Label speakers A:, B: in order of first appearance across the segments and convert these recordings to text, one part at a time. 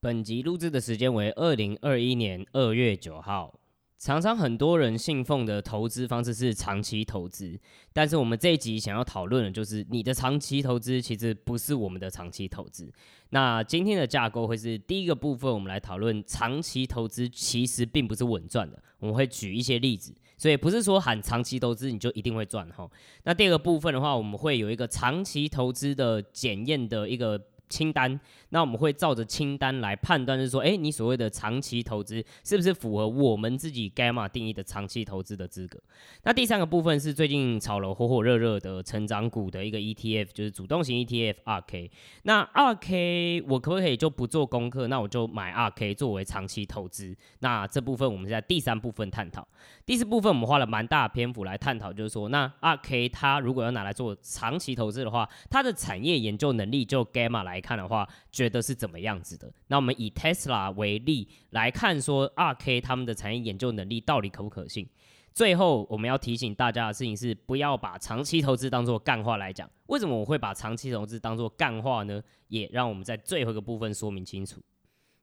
A: 本集录制的时间为二零二一年二月九号。常常很多人信奉的投资方式是长期投资，但是我们这一集想要讨论的就是你的长期投资其实不是我们的长期投资。那今天的架构会是第一个部分，我们来讨论长期投资其实并不是稳赚的，我们会举一些例子，所以不是说喊长期投资你就一定会赚哈。那第二个部分的话，我们会有一个长期投资的检验的一个清单，那我们会照着清单来判断，是说，诶，你所谓的长期投资是不是符合我们自己 Gamma 定义的长期投资的资格？那第三个部分是最近炒了火火热热的成长股的一个 ETF，就是主动型 E ETF RK。那 RK 我可不可以就不做功课？那我就买 RK 作为长期投资。那这部分我们在第三部分探讨。第四部分我们花了蛮大的篇幅来探讨，就是说，那 RK 它如果要拿来做长期投资的话，它的产业研究能力就 Gamma 来看的话，觉得是怎么样子的？那我们以 Tesla 为例来看，说 RK 他们的产业研究能力到底可不可信？最后，我们要提醒大家的事情是，不要把长期投资当做干话来讲。为什么我会把长期投资当做干话呢？也让我们在最后一个部分说明清楚。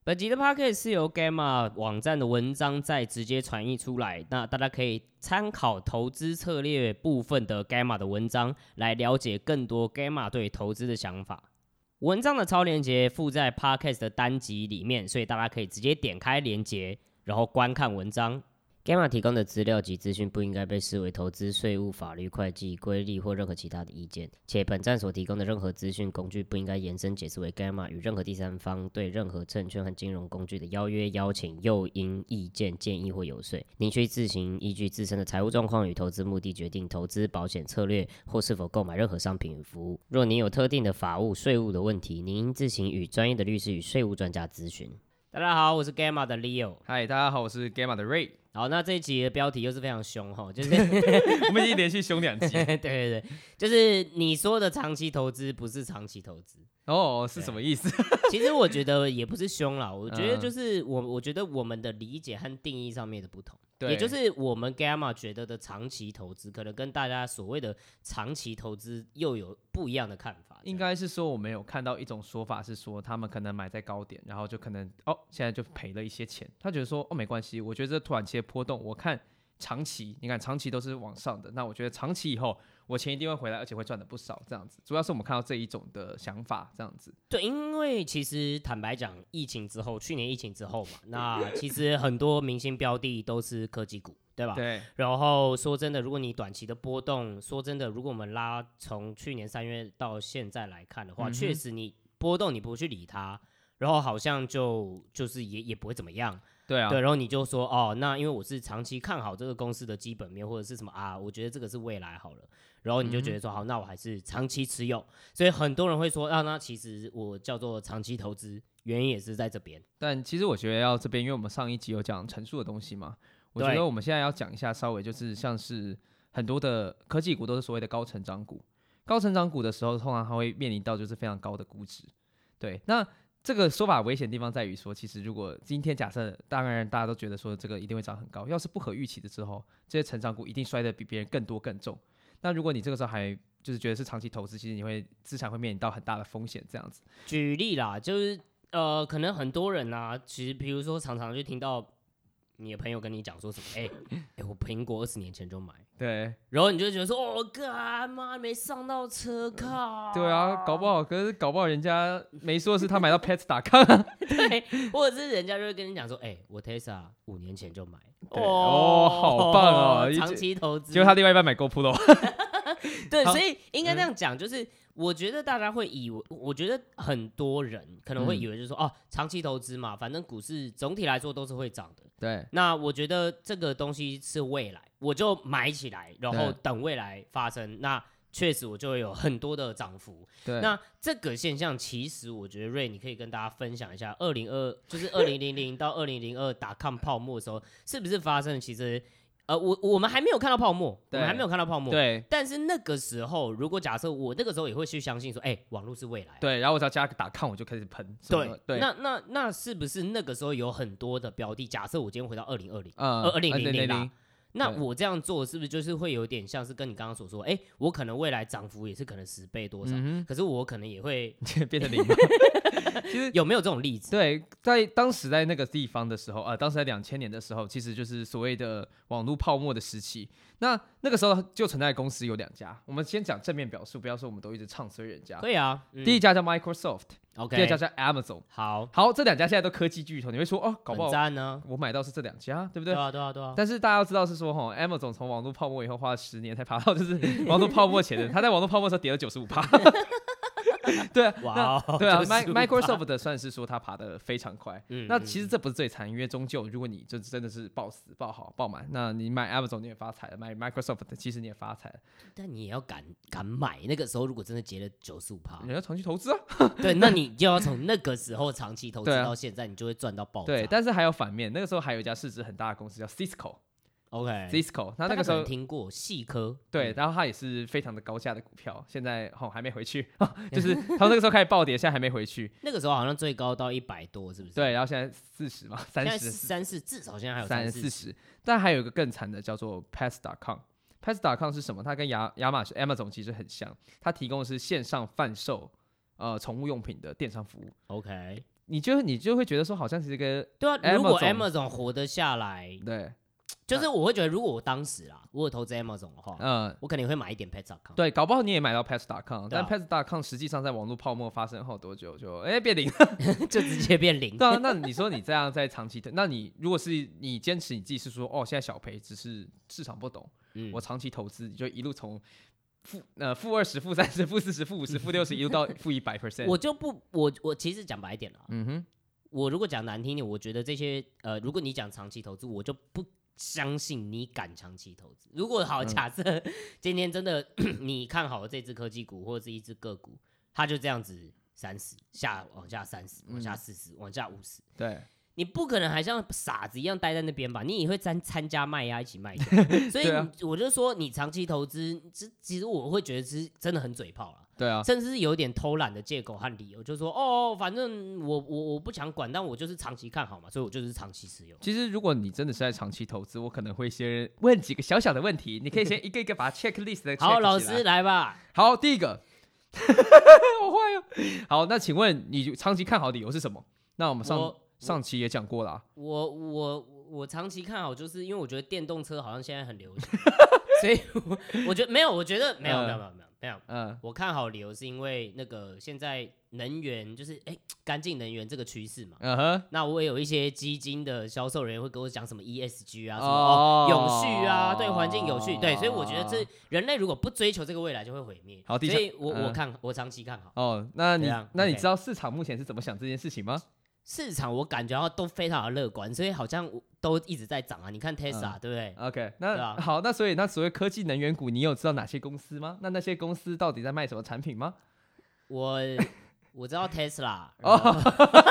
A: 本集的 p a c k e t 是由 Gamma 网站的文章再直接传译出来，那大家可以参考投资策略部分的 Gamma 的文章，来了解更多 Gamma 对投资的想法。文章的超链接附在 p a c k e t 的单集里面，所以大家可以直接点开链接，然后观看文章。Gamma 提供的资料及资讯不应该被视为投资、税务、法律、会计、规例或任何其他的意见，且本站所提供的任何资讯工具不应该延伸解释为 Gamma 与任何第三方对任何证券和金融工具的邀约、邀请、诱因、意见、建议或游说。您需自行依据自身的财务状况与投资目的决定投资、保险策略或是否购买任何商品与服务。若您有特定的法务、税务的问题，您应自行与专业的律师与税务专家咨询。大家好，我是 Gamma 的 Leo。
B: 嗨，大家好，我是 Gamma 的 Ray。
A: 好，那这一集的标题又是非常凶哈，就是
B: 我们已经连续凶两集
A: 对对对，就是你说的长期投资不是长期投资。
B: 哦，是什么意思？
A: 其实我觉得也不是凶啦，我觉得
B: 嗯
A: 就是我我觉得我们的理解和定义上面的不同，
B: 对，
A: 也就是我们 Gamma 觉得的长期投资，可能跟大家所谓的长期投资又有不一样的看法。
B: 应
A: 这样
B: 该是说我们有看到一种说法是说他们可能买在高点，然后就可能哦现在就赔了一些钱，他觉得说哦没关系，我觉得这突然期的波动，我看长期，你看长期都是往上的，那我觉得长期以后我钱一定会回来，而且会赚的不少，这样子。主要是我们看到这一种的想法，这样子。
A: 对，因为其实坦白讲，疫情之后，去年疫情之后嘛，那其实很多明星标的都是科技股，对吧？
B: 对，
A: 然后说真的，如果你短期的波动，说真的，如果我们拉从去年三月到现在来看的话，
B: 嗯哼
A: 确实你波动你不去理它，然后好像就就是也也不会怎么样，
B: 对啊，
A: 对，然后你就说哦，那因为我是长期看好这个公司的基本面或者是什么啊，我觉得这个是未来好了，然后你就觉
B: 嗯
A: 得说、好，那我还是长期持有，所以很多人会说啊，那其实我叫做长期投资，原因也是在这边。
B: 但其实我觉得要这边，因为我们上一集有讲陈述的东西嘛，我觉
A: 对
B: 得我们现在要讲一下，稍微就是像是很多的科技股都是所谓的高成长股，高成长股的时候，通常它会面临到就是非常高的估值。对，那这个说法危险的地方在于说，其实如果今天假设，当然大家都觉得说这个一定会涨很高，要是不合预期的时候，这些成长股一定摔得比别人更多更重。那如果你这个时候还就是觉得是长期投资，其实你会资产会面临到很大的风险，这样子。
A: 举例啦，就是呃，可能很多人啊，其实比如说常常就听到你的朋友跟你讲说什么，哎、哎、我苹果二十年前就买，
B: 对，
A: 然后你就觉得说，哦，干妈没上到车靠，
B: 对啊，搞不好，可是搞不好人家没说是他买到 Pets.com，
A: 对，或者是人家就会跟你讲说，哎、我 Tesla 五年前就买，
B: 对哦好棒哦一
A: 长
B: 直
A: 期投资，
B: 结果他另嗯外一半买 GoPro。
A: 对，
B: 好
A: 所以应该这样讲，就是我觉得大家会以为，我觉得很多人可能会
B: 嗯
A: 以为就是说，哦，长期投资嘛，反正股市总体来说都是会涨的。
B: 对
A: 那我觉得这个东西是未来，我就买起来，然后
B: 对
A: 等未来发生。那确实我就会有很多的涨幅。
B: 对
A: 那这个现象，其实我觉得瑞，你可以跟大家分享一下，二零二就是二零零零到二零零二打抗泡沫的时候，是不是发生？其实，呃，我我们还没有看到泡沫，我
B: 对
A: 们还没有看到泡沫。。
B: 对
A: 但是那个时候，如果假设我那个时候也会去相信说，哎、网络是未来啊。
B: 对，然后我只要加个打抗，我就开始喷。什么
A: 对
B: 对，
A: 那那那是不是那个时候有很多的标的？假设我今天回到二零二零。
B: 呃
A: 2000啦，那
B: 对
A: 我这样做是不是就是会有点像是跟你刚刚所说，哎、我可能未来涨幅也是可能十倍多少，
B: 嗯
A: 可是我可能也会
B: 哼，变成零了。其实
A: 有没有这种例子？
B: 对，在当时在那个地方的时候，呃，当时在两千年的时候，其实就是所谓的网络泡沫的时期。那那个时候就存在公司有两家，我们先讲正面表述，不要说我们都一直唱衰人家。
A: 可以啊，嗯、
B: 第一家叫 Microsoft，第二
A: OK
B: 家叫 Amazon。
A: 好，
B: 好，这两家现在都科技巨头，你会说哦，搞不
A: 本
B: 好
A: 站呢？
B: 我买到是这两家，对不
A: 对
B: 对？
A: 啊，对啊，对啊，
B: 但是大家要知道是说，哈，Amazon 从网络泡沫以后花了十年才爬到就是网络泡沫 前的，它在网络泡沫的时候跌了九十五趴。对啊，那
A: 哇哦，
B: 对啊
A: 95%
B: ，Mi-，Microsoft 的算是说它爬得非常快。
A: 嗯
B: 那
A: 嗯
B: 其实这不是最惨，因为终究如果你就真的是爆死、爆好、爆满，那你买 Amazon 你也发财了，买 Microsoft 的其实你也发财了，
A: 但你也要敢敢买，那个时候如果真的结了九十五趴，
B: 你要长期投资啊。
A: 对，那你就要从那个时候长期投资
B: 对啊
A: 到现在，你就会赚到爆炸。
B: 对，但是还有反面，那个时候还有一家市值很大的公司叫 Cisco，Cisco，
A: OK，
B: 那那
A: 大家
B: 个时
A: 可能
B: 候。
A: 听过细科，嗯
B: 对，然后它也是非常的高价的股票，现在吼、还没回 去，就是它那个时候开始暴跌，现在还没回去。
A: 那个时候好像最高到一百多，是不是？，
B: 对，然后现在四十嘛，
A: 现
B: 三
A: 在
B: 十
A: 是三四，至少现在还有
B: 三四
A: 四。
B: 十，但还有一个更惨的叫做 Pets.com。Pets.com 是什么？它跟亚亚马逊 Amazon 其实很像，它提供的是线上贩售呃宠物用品的电商服务。
A: OK，
B: 你就你就会觉得说，好像是一个
A: 对啊，如果
B: Amazon
A: Amazon 活得下来，
B: 对，
A: 就是我会觉得，如果我当时啦，我有投资 Amazon 的话，
B: 嗯，
A: 我肯定会买一点 Pets.com。
B: 对，搞不好你也买到 Pets.com，
A: 对
B: 但
A: 啊
B: Pets.com 实际上在网络泡沫发生后多久就哎变零了。
A: 就直接变零。
B: 对啊，那你说你这样在长期的，那你如果是你坚持你自己是说，哦，现在小赔只是市场不懂，
A: 嗯
B: 我长期投资，你就一路从负呃负二十、负三十、负四十、负五十、负六十，一 路到负一百 percent。
A: 我就不，我我其实讲白一点啦，
B: 嗯哼，
A: 我如果讲难听点，我觉得这些呃，如果你讲长期投资，我就不相信你敢长期投资。如果好，
B: 嗯
A: 假设今天真的 你看好了这只科技股或者是一只个股，它就这样子三十下往下三十，往
B: 嗯
A: 下四十，往下五十。
B: 对，
A: 你不可能还像傻子一样待在那边吧？你也会参参加卖压一起 卖掉，所以
B: 对啊
A: 你我就说你长期投资，这其实我会觉得是真的很嘴炮了。
B: 对啊，
A: 甚至是有点偷懒的借口和理由，就说哦，反正我我我不想管，但我就是长期看好嘛，所以我就是长期持有。
B: 其实如果你真的是在长期投资，我可能会先问几个小小的问题，你可以先一个一个把 checklist 的 check
A: 好，老
B: 起来
A: 师，来吧，
B: 好，第一个， 好坏哦。好，那请问你长期看好理由是什么？那我们上
A: 我
B: 上期也讲过了啊、
A: 我我我长期看好，就是因为我觉得电动车好像现在很 流行，所以我我觉得没有，我觉得没有没有没有没有没有，
B: 嗯，
A: 我看好理由是因为那个现在能源就是哎干净能源这个趋势嘛。
B: 嗯哼。
A: 那我也有一些基金的销售人员会跟我讲什么 ESG 啊，什么哦永续啊，对环境有序，对，所以我觉得这人类如果不追求这个未来就会毁灭。
B: 哦好第三
A: 所以我我
B: 嗯
A: 看我长期看好
B: 哦，那你
A: 怎样
B: 那你
A: OK
B: 知道市场目前是怎么想这件事情吗？
A: 市场，我感觉到都非常的乐观，所以好像我都一直在涨啊。你
B: 嗯
A: 看 Tesla 对不对？
B: OK，
A: 对
B: 那、
A: 啊
B: 好，那所以那所谓科技能源股，你有知道哪些公司吗？那那些公司到底在卖什么产品吗？
A: 我我知道 Tesla
B: 哦
A: 然 后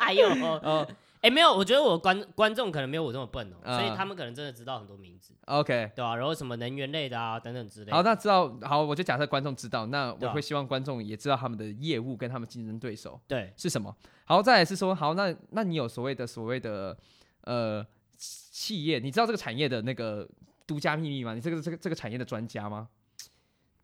A: 哎呦，
B: 哦
A: 哎没有，我觉得我观观众可能没有我这么笨哦，所以
B: 嗯
A: 他们可能真的知道很多名字，
B: ，OK，
A: 对吧、啊然后什么能源类的啊等等之类
B: 好，
A: 的。
B: 那知道好，我就假设观众知道，那
A: 对
B: 我
A: 啊
B: 会希望观众也知道他们的业务跟他们竞争对手
A: 对，
B: 是什么。好，再来是说，好，那那你有所谓的所谓的呃企业，你知道这个产业的那个独家秘密吗？你这个这个这个产业的专家吗？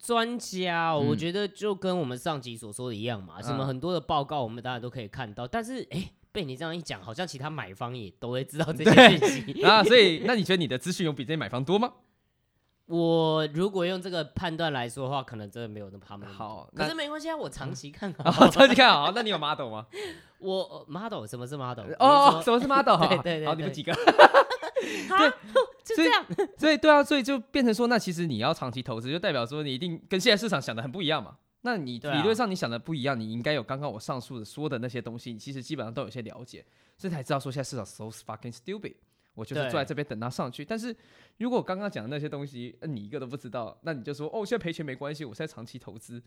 A: 专家哦、我
B: 嗯
A: 觉得就跟我们上集所说的一样嘛，什么
B: 嗯
A: 很多的报告我们当然都可以看到，但是哎、诶被你这样一讲，好像其他买方也都会知道这些
B: 对
A: 讯息。
B: 啊，所以那你觉得你的资讯有比这些买方多吗？
A: 我如果用这个判断来说的话，可能真的没有那么他们那么多。
B: 好，
A: 可
B: 那嗯
A: 是没关系啊，我长期看好。
B: 好，超级看 好，那你有 model 吗？
A: 我呃 model 什么是 model？
B: 哦，
A: 你是
B: 什么是 model？
A: 对
B: 好
A: 对对
B: 好，你
A: 对
B: 们几个，
A: 说哈 就
B: 所以
A: 这样。
B: 所以对啊，所以就变成说，那其实你要长期投资，就代表说你一定跟现在市场想的很不一样嘛。那你
A: 对啊
B: 理论上你想的不一样，你应该有刚刚我上述的说的那些东西，你其实基本上都有些了解，这才知道说现在市场 so fucking stupid。我就是
A: 对
B: 坐在这边等它上去，但是如果我刚刚讲的那些东西，呃你一个都不知道，那你就说哦，现在赔钱没关系，我现在长期投资，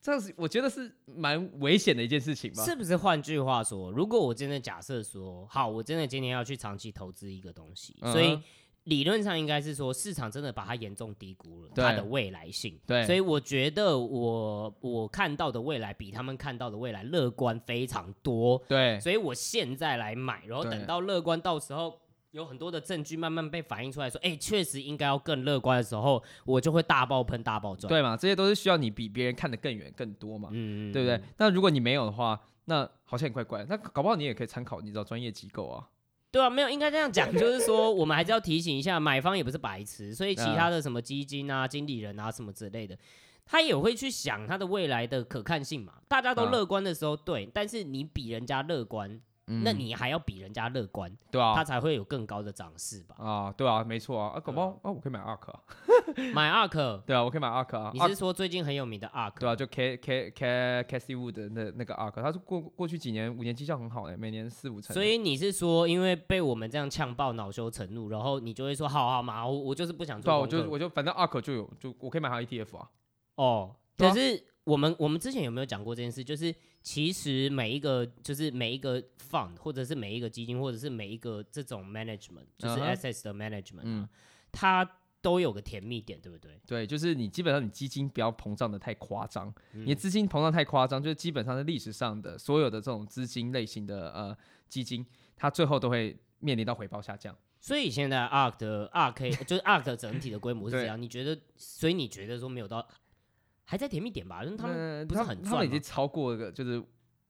B: 这样子我觉得是蛮危险的一件事情吧。
A: 是不是换句话说，如果我真的假设说，好，我真的今天要去长期投资一个东西，
B: 嗯哼
A: 所以理论上应该是说市场真的把它严重低估了
B: 对
A: 它的未来性。
B: 对
A: 所以我觉得我我看到的未来比他们看到的未来乐观非常多，
B: 对，
A: 所以我现在来买，然后
B: 对
A: 等到乐观到时候。有很多的证据慢慢被反映出来说，哎、确实应该要更乐观的时候，我就会大爆喷、大爆赚。
B: 对嘛？这些都是需要你比别人看得更远、更多嘛，
A: 嗯，嗯，
B: 对不对
A: 嗯？？
B: 那如果你没有的话，那好像也怪怪的。那搞不好你也可以参考，你知道专业机构啊，
A: 对啊，没有应该这样 讲，就是说我们还是要提醒一下，买方也不是白痴，所以其
B: 嗯
A: 他的什么基金啊、经理人啊什么之类的，他也会去想他的未来的可看性嘛。大家都
B: 嗯
A: 乐观的时候，对，但是你比人家乐观，那
B: 嗯
A: 你还要比人家乐观，
B: 对
A: 他
B: 啊
A: 才会有更高的涨势吧？
B: 啊，对啊，没错啊，啊，搞不好啊，我可以买 ARK 啊，
A: 买 ARK，
B: 对啊，我可以买 ARK 啊
A: 你
B: ，ARK
A: 是说最近很有名的 ARK？
B: 对啊，就 K K K Cassie Wood 的那那个 ARK，他是过过去几年五年绩效很好的，每年四五成，
A: 所以你是说，因为被我们这样呛爆，恼羞成怒，然后你就会说，好好嘛，我我就是不想
B: 对
A: 做
B: 啊，
A: 功
B: 我
A: 课。
B: 就我就反正 ARK 就有，就我可以买它 ETF 啊，
A: 哦，
B: 对
A: 可
B: 啊
A: 是我们我们之前有没有讲过这件事？就是其实每一个就是每一个 fund 或者是每一个基金或者是每一个这种 management，就是
B: 嗯哼
A: assets 的 management，、啊
B: 嗯
A: 它都有个甜蜜点，对不对？
B: 对，就是你基本上你基金不要膨胀的太夸张，你的
A: 嗯
B: 资金膨胀太夸张，就是基本上是历史上的所有的这种资金类型的呃基金，它最后都会面临到回报下降。
A: 所以现在 ARK 的 ARK 就是 ARK 的整体的规模是
B: 对
A: 这 样，你觉得？所以你觉得说没有到还在甜蜜点吧？因为他们
B: 那
A: 不是
B: 他
A: 很
B: 他
A: 赚
B: 们已
A: 吗
B: 经超过一个就是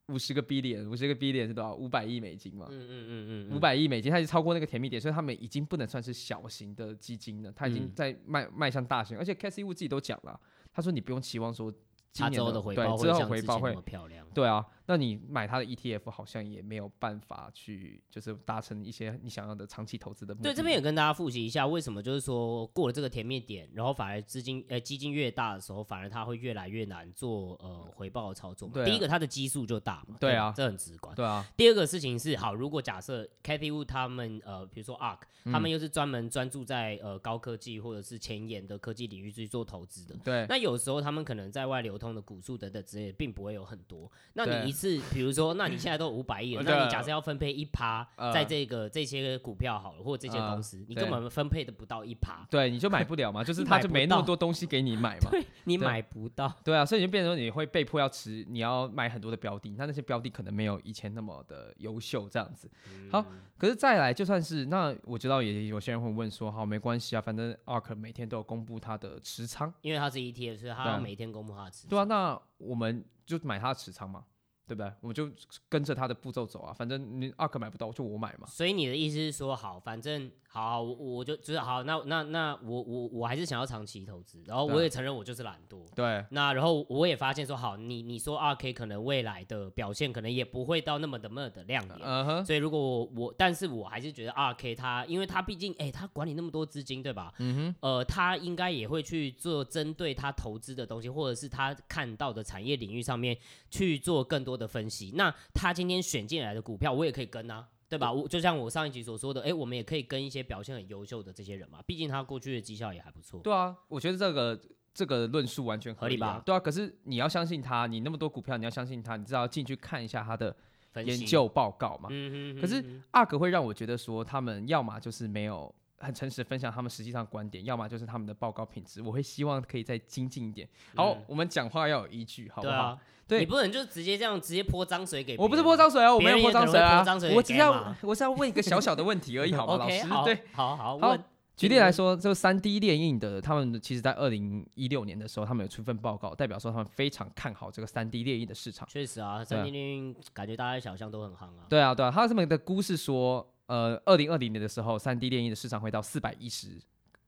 B: 五十个 billion，五十个 billion 是多少？五百亿美金嘛
A: 嗯。嗯嗯嗯嗯
B: 五百亿美金，它已经超过那个甜蜜点，所以他们已经不能算是小型的基金了，它已经
A: 嗯
B: 在迈、迈向大型。而且 Cassie Wu 自己都讲了，他说你不用期望说今
A: 它
B: 年
A: 之后的
B: 的
A: 回
B: 对
A: 报
B: 之
A: 会
B: 后
A: 像
B: 回
A: 之
B: 报
A: 前那
B: 会
A: 么漂亮。
B: 对啊，那你买它的 ETF 好像也没有办法去，就是达成一些你想要的长期投资的目的。
A: 对，这边也跟大家复习一下，为什么就是说过了这个甜蜜点，然后反而资金呃基金越大的时候，反而它会越来越难做呃回报的操作嘛。
B: 对啊
A: 第一个它的基数就大嘛，
B: 对
A: 吧
B: 啊
A: 这很直观。
B: 对啊，
A: 第二个事情是，好，如果假设 Cathy Wood 他们呃，比如
B: 嗯
A: 说 ARK，、他们又是专门专注在呃高科技或者是前沿的科技领域去做投资的，
B: 对
A: 那有时候他们可能在外流通的股数等等之类的，并不会有很多。那
B: 对
A: 你一次，比如说，那你现在都五百 亿了，
B: 对啊
A: 那你假设要分配一趴
B: 呃，
A: 在这个这些股票好了，或者这些
B: 呃
A: 公司，你
B: 对
A: 根本分配的不到一趴，
B: 对，你就买不了嘛，就是
A: 你
B: 它
A: 买
B: 就
A: 不
B: 没那么
A: 到
B: 多东西给你买嘛。
A: 你
B: 对
A: 买不到。
B: 对啊，所以就变成说你会被迫要持，你要买很多的标的，那那些标的可能没有以前那么的优秀这样子。好可是再来，就算是那我知道也有些人会问说，好没关系啊，反正 ARK 每天都有公布它的持仓，
A: 因为它是 ETF，所以它
B: 对
A: 要每天公布它的持
B: 对啊，
A: 仓。
B: 那我们就买它的持仓嘛，对不对？我们就跟着它的步骤走啊，反正你 ARK 买不到就我买嘛。
A: 所以你的意思是说，好，反正好，我我就就是好，那那那我我我还是想要长期投资，然后
B: 对啊
A: 我也承认我就是懒惰，
B: 对
A: 那然后我也发现说，好，你你说 RK 可能未来的表现可能也不会到那么的那么的亮眼，
B: 嗯哼，
A: 所以如果我我，但是我还是觉得 RK 他，因为他毕竟哎、他管理那么多资金，对吧？
B: 嗯
A: 呃，他应该也会去做针对他投资的东西，或者是他看到的产业领域上面去做更多的分析。那他今天选进来的股票，我也可以跟啊。对吧？我就像我上一集所说的，哎，我们也可以跟一些表现很优秀的这些人嘛，毕竟他过去的绩效也还不错
B: 哼，。对啊，我觉得这个这个论述完全
A: 合
B: 合
A: 理
B: 理啊
A: 吧
B: 对啊，可是你要相信它，你那么多股票，你要相信它，你至少要进去看一下它的
A: 分析
B: 研，究报告嘛。
A: 嗯哼
B: 可是
A: 嗯哼
B: 阿格会让我觉得说，他们要么就是没有很诚实地分享他们实际上的观点，要么就是他们的报告品质，我会希望可以再精进一点。好，
A: 嗯
B: 我们讲话要有依据，好不
A: 对
B: 好？
A: 啊，
B: 对
A: 你不能就直接这样直接泼脏水给别人啊。
B: 我不是泼脏水啊，我
A: 别
B: 没有
A: 人
B: 泼
A: 也可能
B: 脏水
A: 会
B: 啊
A: 泼脏，水
B: 我
A: 给
B: 只
A: 你
B: 要
A: 嘛
B: 我是要问一个小小的问题而已，好吗？老
A: OK，
B: 师，
A: 好
B: 对，，
A: 好好
B: 好
A: 问。
B: 举例来说，就三 D 猎印的，他们其实在二零一六年的时候，他们有出一份报告，代表说他们非常看好这个三 D 猎印的市场。
A: 确实啊，
B: 对啊
A: 三 D 零感觉大家小巷都很夯啊。
B: 对啊，对啊，他们的估是说，呃，二零二零年的时候，三 D 电影的市场会到四百一十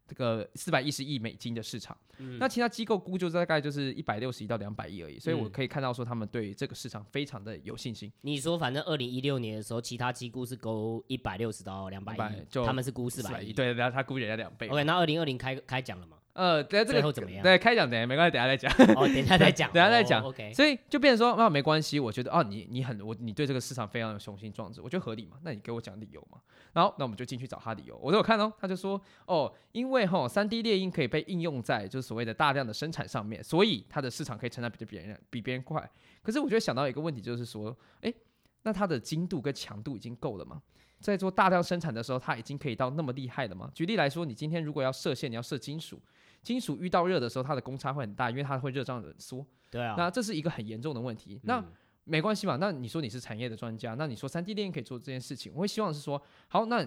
B: 这个四百一十亿美金的市场。
A: 嗯
B: 那其他机构估就大概就是一百六十亿到两百亿而已，所以我
A: 嗯
B: 可以看到说他们对这个市场非常的有信心。
A: 你说，反正二零一六年的时候，其他机估是勾一百六十到两百
B: 200
A: 亿，
B: 就
A: 他们是估四百
B: 亿，
A: 亿。
B: 对，然后他估人家两倍。
A: OK，那二零二零开开奖了嘛？
B: 呃，等下这
A: 最后
B: 个
A: 怎么样？
B: 对开讲等下没关系，等下再讲。
A: 哦，等一下再讲，
B: 等一下再
A: 哦
B: 讲
A: OK，
B: 所以就变成说，那没关系，我觉得哦，你你很我你对这个市场非常有雄心壮志，我觉得合理嘛，那你给我讲理由嘛。然后那我们就进去找他理由，我都有看哦，他就说哦，因为哈三 D 猎鹰可以被应用在就是所谓的大量的生产上面，所以它的市场可以成长比别人比别人快。可是我就想到一个问题，就是说，诶，那它的精度跟强度已经够了吗？在做大量生产的时候，它已经可以到那么厉害了吗？举例来说，你今天如果要射线，你要射金属，金属遇到热的时候，它的公差会很大，因为它会热胀冷缩。
A: 对啊，
B: 那这是一个很严重的问题。那
A: 嗯
B: 没关系嘛，那你说你是产业的专家，那你说三 D 电影可以做这件事情，我会希望是说，好，那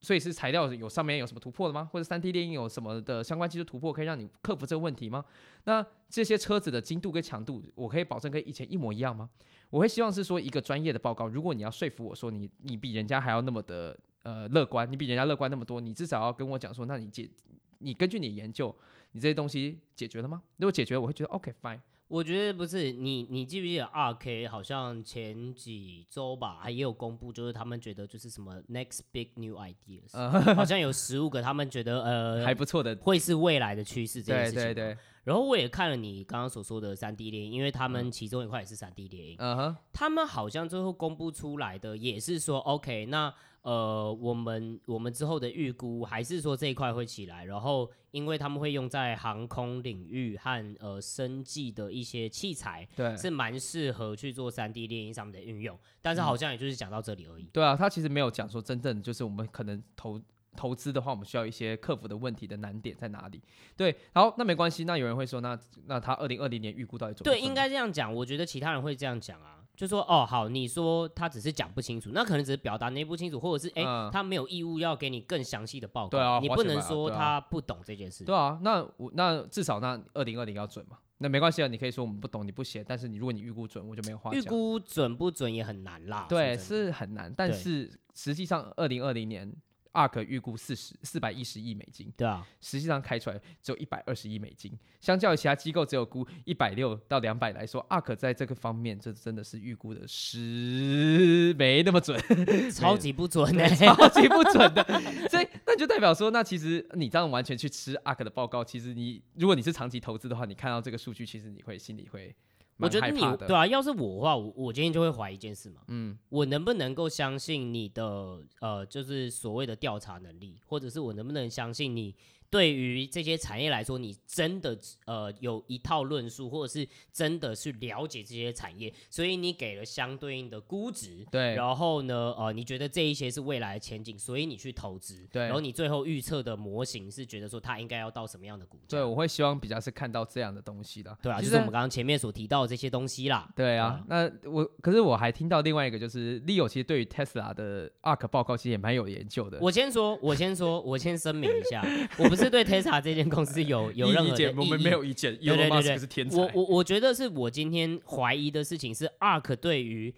B: 所以是材料有上面有什么突破的吗？或者三 D 列印有什么的相关技术突破可以让你克服这个问题吗？那这些车子的精度跟强度，我可以保证跟以前一模一样吗？我会希望是说一个专业的报告，如果你要说服我说你你比人家还要那么的呃乐观，你比人家乐观那么多，你至少要跟我讲说，那你解你根据你的研究，你这些东西解决了吗？如果解决，我会觉得 OK fine。
A: 我觉得不是你，你记不记得 R K 好像前几周吧，还也有公布，就是他们觉得就是什么 next big new ideas，、好 像有十五个，他们觉得呃
B: 还不错的，
A: 会是未来的趋势这件
B: 对
A: 事情。
B: 对。对，
A: 然后我也看了你刚刚所说的三 D 猎鹰，因为他们其中一块也是三 D 猎鹰，
B: 嗯哼，
A: 他们好像最后公布出来的也是说 OK，那呃我们我们之后的预估还是说这一块会起来，然后因为他们会用在航空领域和呃生技的一些器材。
B: 对
A: 是蛮适合去做三 D 猎鹰上面的运用，但是好像也就是讲到这里而已。
B: 对啊，他其实没有讲说真正就是我们可能投投资的话，我们需要一些克服的问题的难点在哪里。对，好，那没关系，那有人会说，那那他二零二零年预估到底准不
A: 对，
B: 准？
A: 应该这样讲，我觉得其他人会这样讲啊，就说哦好，你说他只是讲不清楚，那可能只是表达内不清楚，或者是哎、
B: 嗯
A: 他没有义务要给你更详细的报告，
B: 对啊
A: 你
B: 花
A: 不
B: 钱
A: 能
B: 买啊
A: 说
B: 对啊
A: 他不懂这件事。
B: 对啊，那我那至少那二零二零要准嘛。那没关系啊，你可以说我们不懂，你不写，但是你如果你预估准，我就没有话
A: 预
B: 讲。
A: 估准不准也很难啦。
B: 对，
A: 说真的
B: 是很难，但
A: 对
B: 是实际上二零二零年 ARK 预估四十四百一十亿美金，
A: 对啊，
B: 实际上开出来只有一百二十亿美金，相较于其他机构只有估一百六到两百来说，ARK 在这个方面这真的是预估的十没那么 准，
A: 超级不 准欸呢、
B: 超级不准的，所以那就代表说，那其实你这样完全去吃 ARK 的报告，其实你如果你是长期投资的话，你看到这个数据，其实你会心里会
A: 我
B: 蛮
A: 觉得
B: 害
A: 你
B: 怕的，
A: 对啊，要是我的话，我我今天就会怀疑一件事嘛，
B: 嗯，
A: 我能不能够相信你的呃，就是所谓的调查能力，或者是我能不能相信你对于这些产业来说，你真的呃有一套论述，或者是真的是了解这些产业，所以你给了相对应的估值。
B: 对，
A: 然后呢，呃，你觉得这一些是未来的前景，所以你去投资。
B: 对
A: 然后你最后预测的模型是觉得说它应该要到什么样的股价？
B: 对，我会希望比较是看到这样的东西的，
A: 对啊，
B: 其
A: 就嗯
B: 实
A: 是我们刚刚前面所提到的这些东西啦。
B: 对啊，那我可是我还听到另外一个，就是 Leo 其实对于 Tesla 的 ARK 报告其实也蛮有研究的。
A: 我先说，我先说，我先声明一下，我不是对 Tesla 这间公司有有任何
B: 意
A: 的
B: 见，我们没
A: 异
B: 有意见。
A: 对对
B: Elon
A: 对
B: Musk
A: 对
B: 是天
A: 议。
B: 才，
A: 我我我觉得是我今天怀疑的事情是 ARK 对于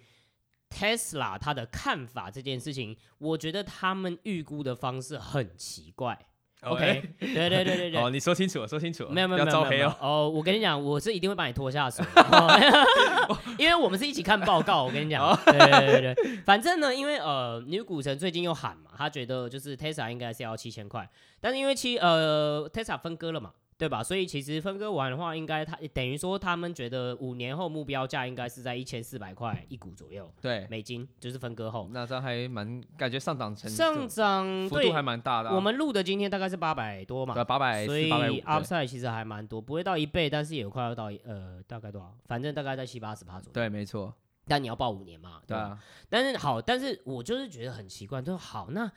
A: Tesla 他的看法这件事情，我觉得他们预估的方式很奇怪。OK，对对对对对
B: 哦，。你说清楚，说清楚，
A: 没有没有没
B: 不要
A: 有
B: 招
A: 没
B: 黑
A: 有
B: 哦。
A: 哦，我跟你讲，我是一定会把你拖下水的， 哦 因为我们是一起看报告。我跟你讲，
B: 哦
A: 对对对对对，反正呢，因为呃，女股神最近又喊嘛，她觉得就是 Tesla 应该是要七千块，但是因为七呃 Tesla 分割了嘛。对吧？所以其实分割完的话，应该它等于说他们觉得五年后目标价应该是在一千四百块一股左右
B: 对，
A: 美金，就是分割后
B: 那这样还蛮感觉上涨成
A: 上涨。
B: 幅度
A: 对
B: 还，蛮大的啊。
A: 我们录的今天大概是八百多嘛，
B: 对啊八百
A: 所
B: 四
A: 以
B: 八百五，对
A: upside 其实还蛮多，不会到一倍，但是也快要到一呃大概多少，反正大概在七八十趴左右。
B: 对，没错，
A: 但你要报五年嘛，
B: 对
A: 吧？
B: 啊，
A: 但是好，但是我就是觉得很奇怪，就是好那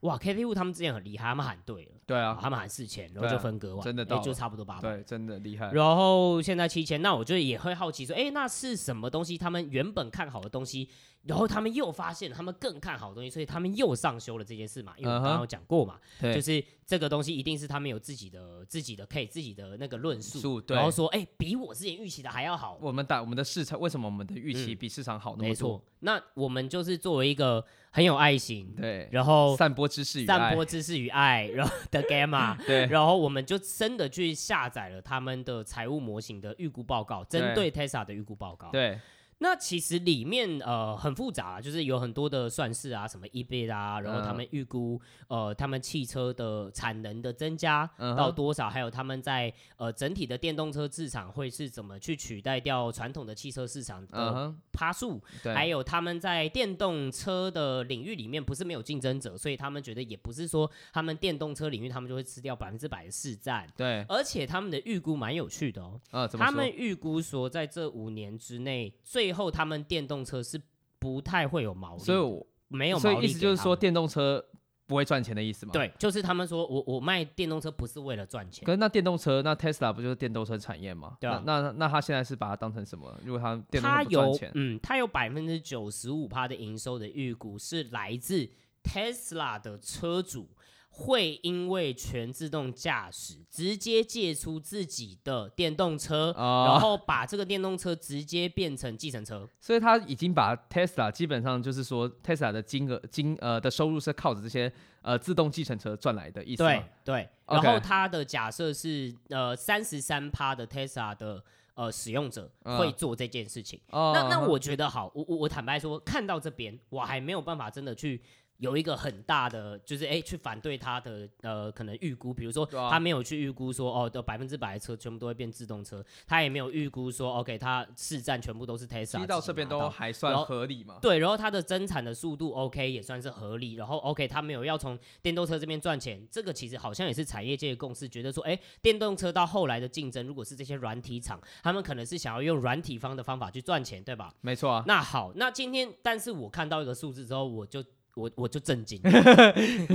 A: 哇 k p u 他们之前很厉害，他们喊对了，
B: 对
A: 好
B: 啊，
A: 他们喊四千，然后
B: 对啊
A: 就分割完，
B: 真的
A: 哎
B: 到
A: 就
B: 了
A: 差不多八百。
B: 对，真的厉害。
A: 然后现在七千，那我就也会好奇说，哎，那是什么东西？他们原本看好的东西，然后他们又发现他们更看好的东西，所以他们又上修了这件事嘛，因为我们刚
B: 嗯
A: 刚
B: 哼
A: 有讲过嘛。就
B: 对，
A: 是这个东西一定是他们有自己的自己的 case、自己的那个论述，
B: 数对
A: 然，后说，哎、比我之前预期的还要好，
B: 我们打我们的市场，为什么我们的预期比市场好那
A: 嗯没
B: 么多？
A: 错。那我们就是作为一个很有爱心，
B: 对，
A: 然后
B: 散播知识与
A: 散
B: 爱
A: 播，知识与爱， 然后的 Gamma，
B: 对，
A: 然后我们就真的去下载了他们的财务模型的预估报告，针对 Tesla 的预估报告。
B: 对，
A: 那其实里面呃很复杂、就是有很多的算式啊，什么 EBIT 啊，然后他
B: 嗯
A: 们预估、呃他们汽车的产能的增加
B: 嗯哼
A: 到多少，还有他们在呃整体的电动车市场会是怎么去取代掉传统的汽车市场
B: 嗯
A: 的
B: 哼，
A: 趴数，
B: 对，
A: 还有他们在电动车的领域里面不是没有竞争者，所以他们觉得也不是说他们电动车领域他们就会吃掉百分之百的市占，
B: 对，
A: 而且他们的预估蛮有趣的哦。
B: 啊，怎么
A: 他
B: 说
A: 们预估说，在这五年之内，最后他们电动车是不太会有毛利的，
B: 所以我
A: 没有毛
B: 所
A: 利。
B: 以意思就是说，，电动车不会赚钱的意思吗？。
A: 对，就是他们说我我卖电动车不是为了赚钱
B: 可，是那电动车，那 Tesla 不就是电动车产业吗？
A: 对啊
B: 那那那他现在是把它当成什么？如果他电动
A: 它
B: 车不赚
A: 有
B: 钱，
A: 嗯，它有百分之九十五趴的营收的预估是来自 Tesla 的车主会因为全自动驾驶直接借出自己的电动车，然
B: 哦，
A: 后把这个电动车直接变成计程车。
B: 所以他已经把 Tesla 基本上就是说 Tesla 的金额金呃的收入是靠着这些呃自动计程车赚来的意思吗。
A: 对对，然
B: OK
A: 后他的假设是呃三十三趴的 Tesla 的呃使用者
B: 嗯
A: 会做这件事情。
B: 哦，
A: 那那我觉得好，我我我坦白说，看到这边我还没有办法真的去有一个很大的，就是哎、去反对他的呃可能预估，比如说
B: 对啊
A: 他没有去预估说哦，的百分之百的车全部都会变自动车，他也没有预估说 OK，他市占全部都是 Tesla，
B: 其实
A: 自
B: 到
A: 己
B: 这边
A: 拿
B: 都
A: 到
B: 还
A: 然
B: 算
A: 后
B: 合理嘛。
A: 对，然后它的增产的速度 OK 也算是合理，然后 OK 它没有要从电动车这边赚钱，这个其实好像也是产业界的共识，觉得说，哎，电动车到后来的竞争，如果是这些软体厂，他们可能是想要用软体方的方法去赚钱，对吧？
B: 没错 啊，
A: 那好，那今天但是我看到一个数字之后，我就我我就震惊，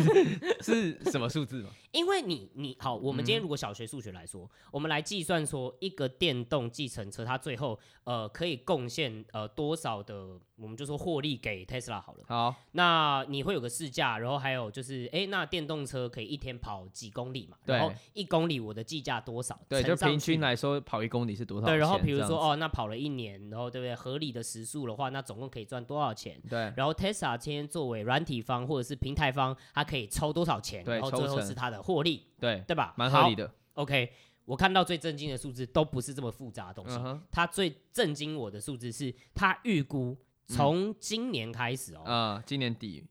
B: 是什么数 字嘛？
A: 因为你你好，我们今天如果小学数学来
B: 嗯
A: 说，我们来计算说一个电动计程车它最后呃可以贡献呃多少的，我们就说获利给 Tesla 好了。
B: 好，
A: 那你会有个试驾，然后还有就是，哎，那电动车可以一天跑几公里嘛？
B: 对
A: 然后一公里我的计价多少？
B: 对，就
A: 乘上
B: 平均
A: 去。
B: 来说，跑一公里是多少钱？
A: 对，然后比如
B: 这样
A: 说
B: 子，
A: 哦，那跑了一年，然后对不对？合理的时速的话，那总共可以赚多少钱？
B: 对
A: 然后 Tesla 今天作为软体方或者是平台方，它可以抽多少钱？
B: 对
A: 然后
B: 抽
A: 最后
B: 成
A: 是它的获利，
B: 对，
A: 对吧？
B: 蛮合理
A: 的。
B: 的。
A: OK，我看到最震惊的数字都不是这么复杂的东西，
B: 嗯哼，
A: 它最震惊我的数字是它预估从今年开始哦，
B: 啊，今年底吗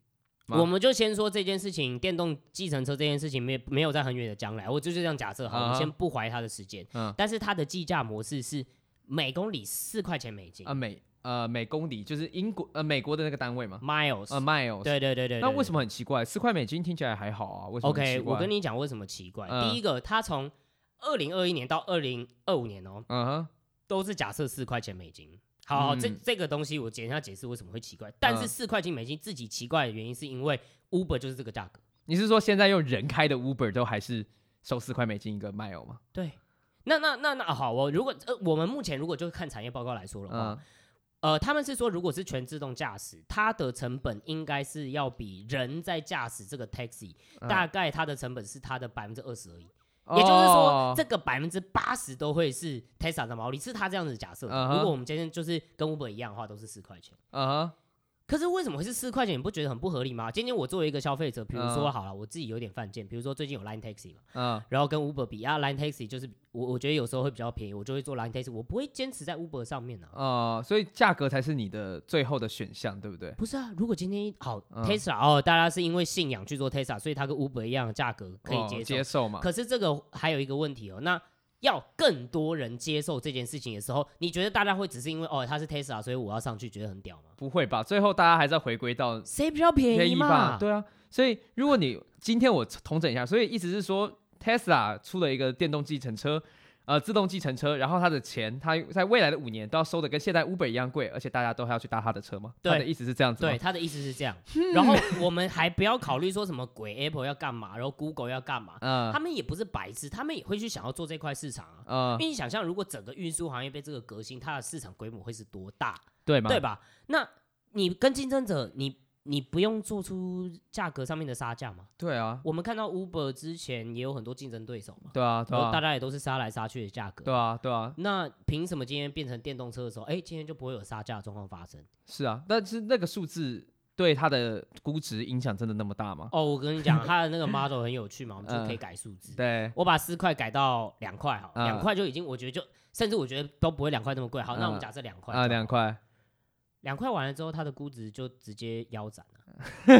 A: 我们就先说这件事情，电动计程车这件事情没没有在很远的将来，我就是这样假设好，我
B: 啊
A: 们
B: 哈
A: 先不怀它的时间。
B: 嗯
A: 但是它的计价模式是每公里四块钱美金、
B: 啊每呃每公里就是英国呃美国的那个单位嘛，
A: m i l e s
B: 呃 miles。
A: 对对对对。
B: 那为什
A: 么
B: 么很奇怪？四块美金听起来还好啊，为什么很奇
A: ？OK，
B: 怪
A: 我跟你讲为什么奇怪。
B: 嗯
A: 第一个，它从二零二一年到二零二五年哦，
B: 嗯哼，
A: 都是假设四块钱美金。好好，这
B: 嗯
A: 这个东西我简单解释为什么会奇怪。但是
B: 嗯
A: 四块钱美金自己奇怪的原因，是因为 Uber 就是这个价格。
B: 你是说现在用人开的 Uber 都还是收四块美金一个 mile 吗？
A: 对，那那那那好，我如果呃，我们目前如果就看产业报告来说的话，
B: 嗯，
A: 呃，他们是说如果是全自动驾驶，它的成本应该是要比人在驾驶这个 taxi，、
B: 嗯
A: 大概它的成本是它的百分之二十而已。
B: 哦
A: 也就是说，这个百分之八十都会是 Tesla 的毛利，是他这样子假设的。
B: 嗯哼
A: 如果我们今天就是跟 Uber 一样的话，都是四块钱。
B: 嗯哼，
A: 可是为什么会是四块钱？你不觉得很不合理吗？今天我作为一个消费者，比如说
B: 嗯
A: 好了，我自己有点犯贱，比如说最近有 Line Taxi 嘛，
B: 嗯
A: 然后跟 Uber 比啊，Line Taxi 就是我我觉得有时候会比较便宜，我就会做 Line Taxi，我不会坚持在 Uber 上面啊。
B: 哦，所以价格才是你的最后的选项，对不对？
A: 不是啊，如果今天好、
B: 嗯
A: Tesla 哦，大家是因为信仰去做 Tesla，所以它跟 Uber 一样的价格可以
B: 哦
A: 接受。
B: 接受嘛？
A: 可是这个还有一个问题哦，那要更多人接受这件事情的时候，你觉得大家会只是因为哦它是 Tesla，所以我要上去觉得很屌吗？
B: 不会吧？最后大家还是要回归到
A: 谁比较便宜嘛？
B: 吧？对啊，所以如果你今天我重整一下，所以意思是说，Tesla 出了一个电动计程车，呃，自动计程车，然后它的钱，它在未来的五年都要收的跟现在 Uber 一样贵，而且大家都还要去搭它的车吗？
A: 对
B: 它的意思是这样子吗
A: 对，？他的意思是这 样。然后我们还不要考虑说什么鬼 Apple 要干嘛，然后 Google 要干嘛，
B: 嗯
A: 他们也不是白痴，他们也会去想要做这块市场啊。
B: 呃，
A: 因为你想象，如果整个运输行业被这个革新，它的市场规模会是多大，
B: 对嘛？
A: 对吧？那你跟竞争者，你你不用做出价格上面的杀价吗？
B: 对啊，
A: 我们看到 Uber 之前也有很多竞争对手嘛，
B: 对啊，对
A: 然后大
B: 啊，
A: 家也都是杀来杀去的价格。
B: 对啊，对啊，
A: 那凭什么今天变成电动车的时候，哎，今天就不会有杀价的状况发生？
B: 是啊，但是那个数字对它的估值影响真的那么大吗？
A: 哦，我跟你讲，它的那个 model 很有趣嘛，我们就是可以
B: 嗯
A: 改数字。
B: 对，
A: 我把四块改到两块好了，
B: 嗯
A: 两块就已经，我觉得就甚至我觉得都不会两块那么贵。好，那我们
B: 嗯
A: 假设两块就
B: 啊，
A: 好
B: 两块，
A: 两块完了之后，它的估值就直接腰斩 了。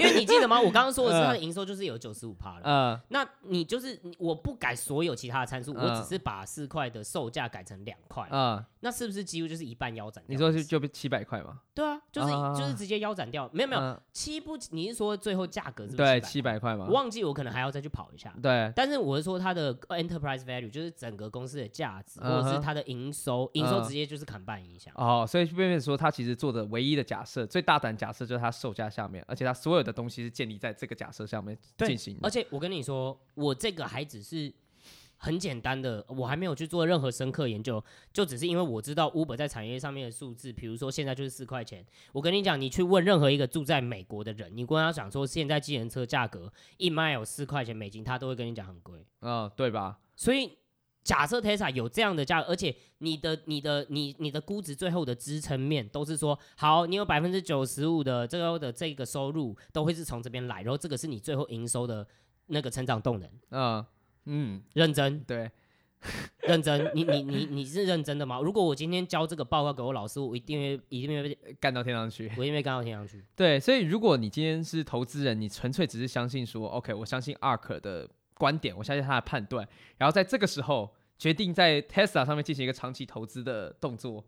A: 因为你记得吗？我刚刚说的是它的营收就是有九十五 趴了。
B: 呃，
A: 那你就是你我不改所有其他的参数，我
B: 嗯
A: 只是把四块的售价改成两块，
B: 呃，
A: 那是不是几乎就是一半腰斩掉？
B: 你说是就七百块吗？
A: 对啊，就是
B: 啊
A: 就是直接腰斩掉，没有没有
B: 嗯，
A: 七不？你是说最后价格是不
B: 对，
A: 是700？
B: 七百块吗
A: 我？忘记我可能还要再去跑一下。
B: 对，
A: 但是我是说它的 enterprise value 就是整个公司的价值，或者
B: 嗯
A: 是
B: 哼
A: 它的营收，营收
B: 嗯
A: 直接就是砍半影响。
B: 哦，所以就变成说，他其实做的唯一的假设，最大胆假设就是他售价下面，而且他所有的东西是建立在这个假设上面
A: 对
B: 进行的
A: 而且我跟你说，我这个还只是很简单的，我还没有去做任何深刻研究，就只是因为我知道 Uber 在产业上面的数字，比如说现在就是四块钱。我跟你讲，你去问任何一个住在美国的人，你跟他讲说现在计程车价格一 mile 四块钱美金，他都会跟你讲很贵。
B: 嗯，对吧？
A: 所以假设 Tesla 有这样的价格，而且你的、你的、你、你的估值最后的支撑面都是说，好，你有百分之九十五的这个的这个收入都会是从这边来，然后这个是你最后营收的那个成长动能。
B: 嗯嗯，
A: 认真，
B: 对，
A: 认真，你你你你是认真的吗？如果我今天交这个报告给我老师，我一定会一定会被
B: 干到天上去。
A: 我一定会干到天上去。
B: 对，所以如果你今天是投资人，你纯粹只是相信说，OK，我相信 ARK 的观点，我相信他的判断，然后在这个时候决定在 Tesla 上面进行一个长期投资的动作，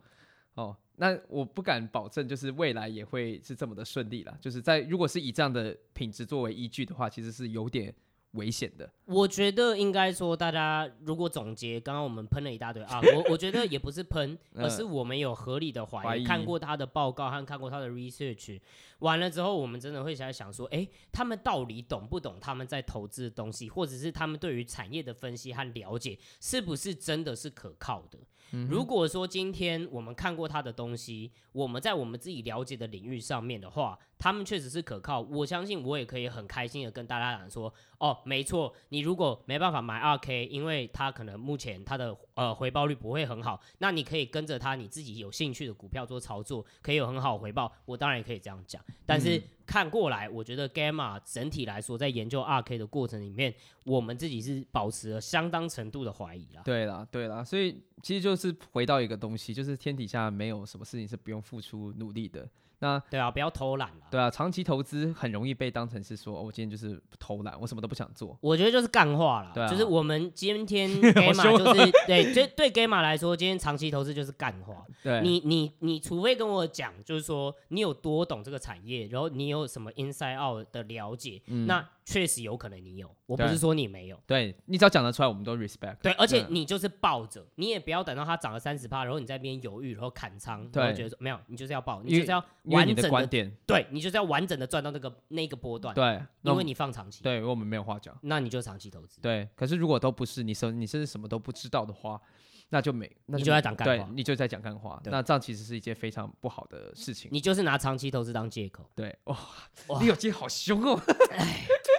B: 哦，那我不敢保证就是未来也会是这么的顺利啦。就是在如果是以这样的品质作为依据的话，其实是有点危险的。
A: 我觉得应该说，大家如果总结刚刚我们喷了一大堆 啊，我我觉得也不是喷，
B: 嗯
A: 而是我们有合理的怀
B: 怀
A: 疑，
B: 疑
A: 看过他的报告和看过他的 research，完了之后，我们真的会想想说，哎，他们到底懂不懂他们在投资的东西，或者是他们对于产业的分析和了解，是不是真的是可靠的？
B: 嗯
A: 如果说今天我们看过他的东西，我们在我们自己了解的领域上面的话，他们确实是可靠。我相信我也可以很开心的跟大家讲说，哦，没错，你如果没办法买二 K，因为它可能目前它的呃回报率不会很好，那你可以跟着它你自己有兴趣的股票做操作，可以有很好的回报。我当然也可以这样讲，但是
B: 嗯
A: 看过来，我觉得 Gamma 整体来说在研究二 K 的过程里面，我们自己是保持了相当程度的怀疑啦。
B: 对啦，对啦，所以其实就是回到一个东西，就是天底下没有什么事情是不用付出努力的。那
A: 对啊，不要偷懒啦。
B: 对啊，长期投资很容易被当成是说，哦我今天就是偷懒，我什么都不想做。
A: 我觉得就是干话啦，
B: 对啊
A: 就是我们今 天 gamma
B: 凶哦
A: 就是对，就对 gamma 来说，今天长期投资就是干话。
B: 对，
A: 你你你除非跟我讲，就是说你有多懂这个产业，然后你有什么 inside out 的了解，那确实有可能你有，我不
B: 嗯对
A: 是说你没有。
B: 对你只要讲得出来，我们都 respect。
A: 对，而且
B: 嗯
A: 你就是抱着，你也不要等到它涨了三十趴，然后你在那边犹豫，然后砍仓，然后
B: 对
A: 觉得说没有，你就是要抱，你
B: 因为
A: 就是要
B: 因为
A: 完
B: 你
A: 整
B: 的
A: 的
B: 观，点，
A: 对你就是要完整的赚到那个那个波段，
B: 对，那
A: 因
B: 我
A: 为
B: 们
A: 你放长期，
B: 对我们没有话讲。
A: 那你就长期投资，
B: 对，可是如果都不是你什你甚至什么都不知道的话，那就没那
A: 你
B: 就
A: 就
B: 没
A: 在讲干
B: 对
A: 话，
B: 你就在讲干话，
A: 对
B: 那这样其实是一件非常不好的事情。
A: 你就是拿长期投资当借口。
B: 对，哇，
A: 哇
B: 你有今天好凶 哦！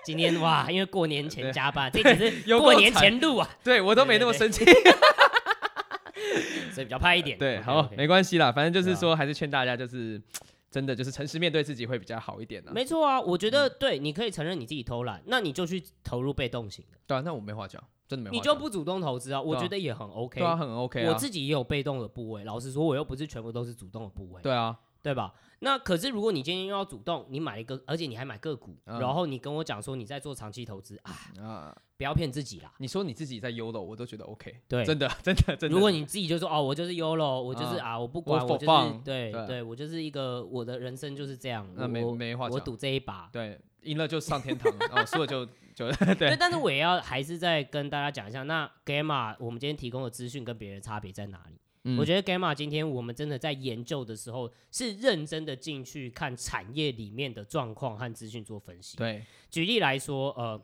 A: 今天哇，因为过年前加班，这只是
B: 有够
A: 过年前录啊，
B: 对我都没那么
A: 对
B: 生气。
A: 所以比较怕一点。
B: 对，
A: OK，
B: 好，
A: OK
B: 没关系啦，反正就
A: 对
B: 是
A: 啊
B: 说，还是劝大家就是。真的就是诚实面对自己会比较好一点呢、
A: 没错啊，我觉
B: 嗯
A: 得对，你可以承认你自己偷懒，那你就去投入被动型的，
B: 对啊，那我没话讲，真的没话
A: 你
B: 讲。
A: 就不主动投资啊，我
B: 对啊
A: 觉得也很 OK
B: 对。啊，很 OK 啊。
A: 我自己也有被动的部位，老实说，我又不是全部都是主动的部位，
B: 对啊，
A: 对吧？那可是如果你今天又要主动，你买了一个，而且你还买个股，
B: 嗯
A: 然后你跟我讲说你在做长期投资 啊，
B: 啊，
A: 不要骗自己啦。
B: 你说你自己在 YOLO，我都觉得 OK。
A: 对
B: 真的，真的，真的。
A: 如果你自己就说哦，我就是 YOLO，我就是
B: 嗯
A: 啊，我不管，
B: 我
A: 我
B: 否
A: 就是
B: 放
A: 对
B: 对
A: 对，我就是一个我的人生就是这样，
B: 那没
A: 我
B: 没话
A: 我
B: 讲，
A: 赌这一把。
B: 对，赢了就上天堂，哦，输了就就 对
A: 对，但是我也要还是再跟大家讲一下，那 Gamma 我们今天提供的资讯跟别人的差别在哪里？
B: 嗯
A: 我觉得 Gamma 今天我们真的在研究的时候，是认真的进去看产业里面的状况和资讯做分析。
B: 对，
A: 举例来说，呃，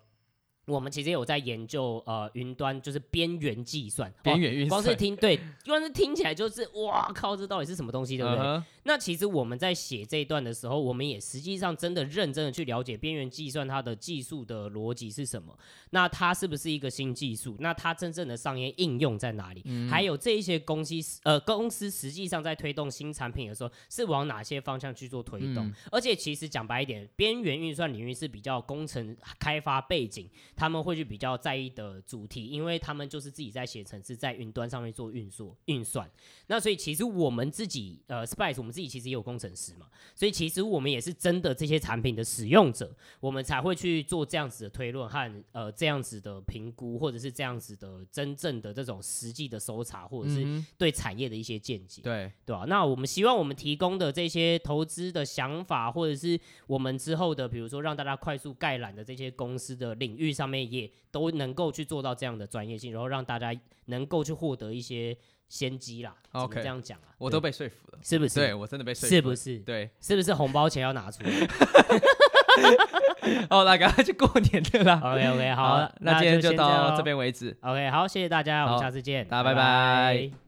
A: 我们其实有在研究呃云端就是边缘计算，哦哇
B: 边缘运
A: 光是听对，光是听起来就是哇靠，这到底是什么东西，
B: 嗯
A: 对不对？
B: Uh-huh
A: 那其实我们在写这一段的时候，我们也实际上真的认真的去了解边缘计算它的技术的逻辑是什么，那它是不是一个新技术？那它真正的商业应用在哪里？还有这一些公司呃公司实际上在推动新产品的时候，是往哪些方向去做推动？
B: 嗯
A: 而且其实讲白一点，边缘运算领域是比较工程开发背景，他们会去比较在意的主题，因为他们就是自己在写程式，在云端上面做运作运算。那所以其实我们自己呃，Spice 我们自己其实也有工程师嘛，所以其实我们也是真的这些产品的使用者，我们才会去做这样子的推论和呃这样子的评估，或者是这样子的真正的这种实际的搜查，或者是
B: 嗯哼
A: 对产业的一些见解。
B: 对，
A: 对吧、那我们希望我们提供的这些投资的想法，或者是我们之后的，比如说让大家快速概览的这些公司的领域上上面也都能够去做到这样的专业性，然后让大家能够去获得一些先机啦。只能
B: OK
A: 这样讲啊，
B: 我都
A: 对
B: 被说服了，
A: 是不
B: 对
A: 是？
B: 我真的被说服了，
A: 是不是？
B: 对，
A: 是不是红包钱要拿出来
B: 哦，那赶快去过年了啦。
A: ？OK OK，好，
B: 那今天
A: 就
B: 就
A: 先
B: 到
A: 样
B: 这
A: 咯。
B: 边为止。
A: OK，好，谢谢大家，我们
B: 好
A: 下次见，
B: 大家拜拜